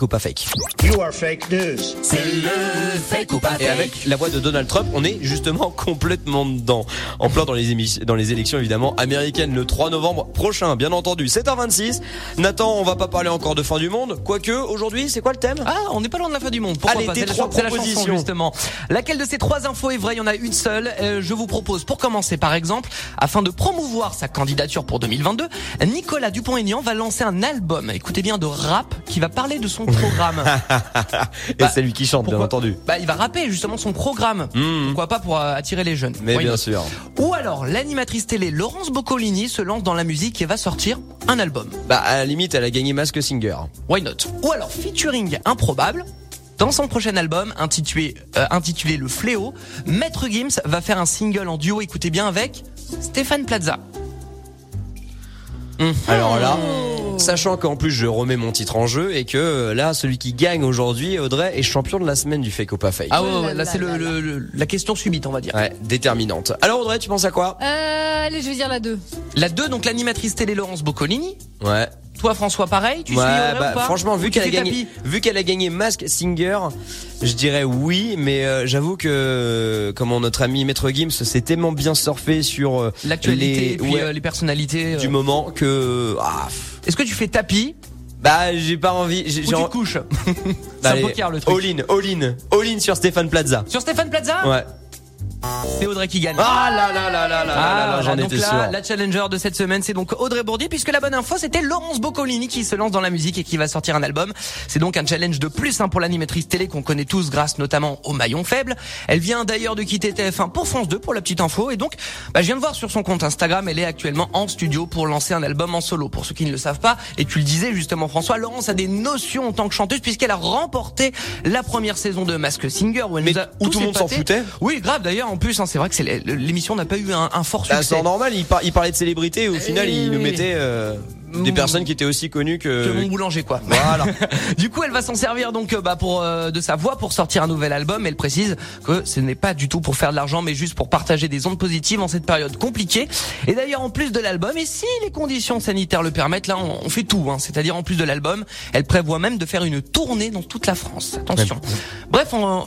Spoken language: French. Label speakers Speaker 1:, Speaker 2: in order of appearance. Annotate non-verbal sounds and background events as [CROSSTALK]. Speaker 1: ou pas fake.
Speaker 2: You are fake news.
Speaker 3: C'est le fake ou pas
Speaker 1: Et avec la voix de Donald Trump, on est justement complètement dedans. En plein dans les, émi- dans les élections, évidemment, américaines le 3 novembre prochain, bien entendu. 7h26. Nathan, on va pas parler encore de fin du monde. Quoique, aujourd'hui, c'est quoi le thème
Speaker 3: Ah, on n'est pas loin de la fin du monde. Pourquoi
Speaker 1: Allez,
Speaker 3: pas
Speaker 1: tes
Speaker 3: C'est la
Speaker 1: trois
Speaker 3: chan- c'est la chanson,
Speaker 1: propositions.
Speaker 3: justement. Laquelle de ces trois infos est vraie Il y en a une seule. Euh, je vous propose, pour commencer, par exemple, afin de promouvoir sa candidature pour 2022, Nicolas Dupont-Aignan va lancer un album. Écoutez bien, de rap qui va parler de son
Speaker 1: [LAUGHS]
Speaker 3: programme.
Speaker 1: Et
Speaker 3: Bah,
Speaker 1: c'est lui qui chante, bien
Speaker 3: pourquoi-
Speaker 1: entendu.
Speaker 3: bah, il va rapper justement son programme.
Speaker 1: Mhm.
Speaker 3: Pourquoi pas pour euh, attirer les jeunes.
Speaker 1: Mais
Speaker 3: Why
Speaker 1: bien
Speaker 3: not
Speaker 1: sûr.
Speaker 3: Ou alors, l'animatrice télé Laurence Boccolini se lance dans la musique et va sortir un album.
Speaker 1: Bah, à la limite, elle a gagné Mask Singer.
Speaker 3: Why not Ou alors featuring improbable. Dans son prochain album intitulé, euh, intitulé Le Fléau, Maître Gims va faire un single en duo, écoutez bien, avec Stéphane Plaza. Mhm.
Speaker 1: Alors là, sachant qu'en plus je remets mon titre en jeu et que euh, là, celui qui gagne aujourd'hui, Audrey, est champion de la semaine du fake ou pas fake.
Speaker 3: Ah ouais, ouais, ouais, là c'est le, le- le- la question subite, on va dire.
Speaker 1: Ouais, déterminante. Alors Audrey, tu penses à quoi
Speaker 4: Euh, allez, je vais dire la 2.
Speaker 3: La 2, donc l'animatrice télé Laurence Boccolini.
Speaker 1: Ouais.
Speaker 3: Toi François, pareil, tu
Speaker 1: Ouais,
Speaker 3: suis Audrey
Speaker 1: bah,
Speaker 3: ou pas
Speaker 1: franchement,
Speaker 3: Ou
Speaker 1: vu
Speaker 3: tu
Speaker 1: qu'elle a
Speaker 3: fais
Speaker 1: gagné,
Speaker 3: tapis
Speaker 1: vu qu'elle a gagné Mask Singer, je dirais oui, mais euh, j'avoue que euh, comment notre ami Maître Gims s'est tellement bien surfé sur euh,
Speaker 3: l'actualité,
Speaker 1: les-
Speaker 3: et puis
Speaker 1: ouais,
Speaker 3: euh, les personnalités.
Speaker 1: du
Speaker 3: euh.
Speaker 1: moment que ah, pff,
Speaker 3: Est-ce que tu fais tapis
Speaker 1: bah j'ai pas envie, j'ai
Speaker 3: ou
Speaker 1: j'ai
Speaker 3: tu
Speaker 1: en- bah,
Speaker 3: te [LAUGHS] couches C'est un
Speaker 1: Allez,
Speaker 3: poker le truc.
Speaker 1: all in, all in, all in sur Stéphane Plaza.
Speaker 3: Sur Stéphane Plaza
Speaker 1: Ouais.
Speaker 3: C'est Audrey qui gagne.
Speaker 1: Ah là là là là là là, là,
Speaker 3: Ah,
Speaker 1: j'en
Speaker 3: voilà,
Speaker 1: étais
Speaker 3: donc
Speaker 1: sûr.
Speaker 3: là, la challenger de cette semaine, c'est donc Audrey Bourdier, puisque la bonne info, c'était Laurence Boccolini qui se lance dans la musique et qui va sortir un album. C'est donc un challenge de plus hein, pour l'animatrice télé qu'on connaît tous grâce notamment au maillon faible. Elle vient d'ailleurs de quitter TF1 pour France 2 pour la petite info. Et donc, bah, je viens de voir sur son compte Instagram, elle est actuellement en studio pour lancer un album en solo. Pour ceux qui ne le savent pas, et tu le disais justement François, Laurence a des notions en tant que chanteuse puisqu'elle a remporté la première saison de Mask Singer où elle
Speaker 1: Mais
Speaker 3: nous a
Speaker 1: où
Speaker 3: tous
Speaker 1: tout le monde s'en
Speaker 3: épatés.
Speaker 1: foutait
Speaker 3: Oui, grave d'ailleurs. En plus, hein, c'est vrai que c'est l'é- l'émission n'a pas eu un, un fort
Speaker 1: Bah,
Speaker 3: succès.
Speaker 1: c'est normal, il, par- il parlait de célébrité et au final
Speaker 3: Eh oui,
Speaker 1: il nous
Speaker 3: oui.
Speaker 1: mettait euh, des
Speaker 3: Mm.
Speaker 1: personnes qui étaient aussi connues
Speaker 3: que mon
Speaker 1: que...
Speaker 3: boulanger quoi.
Speaker 1: euh, Voilà.
Speaker 3: [LAUGHS] du coup, elle va s'en servir donc euh, bah, pour euh, de sa voix pour sortir un nouvel album. Elle précise que ce n'est pas du tout pour faire de l'argent, mais juste pour partager des ondes positives en cette période compliquée. Et d'ailleurs, en plus de l'album, et si les conditions sanitaires le permettent, là, on, on fait tout. hein. C'est-à-dire, en plus de l'album, elle prévoit même de faire une tournée dans toute la France. Attention. Bref, on, bah,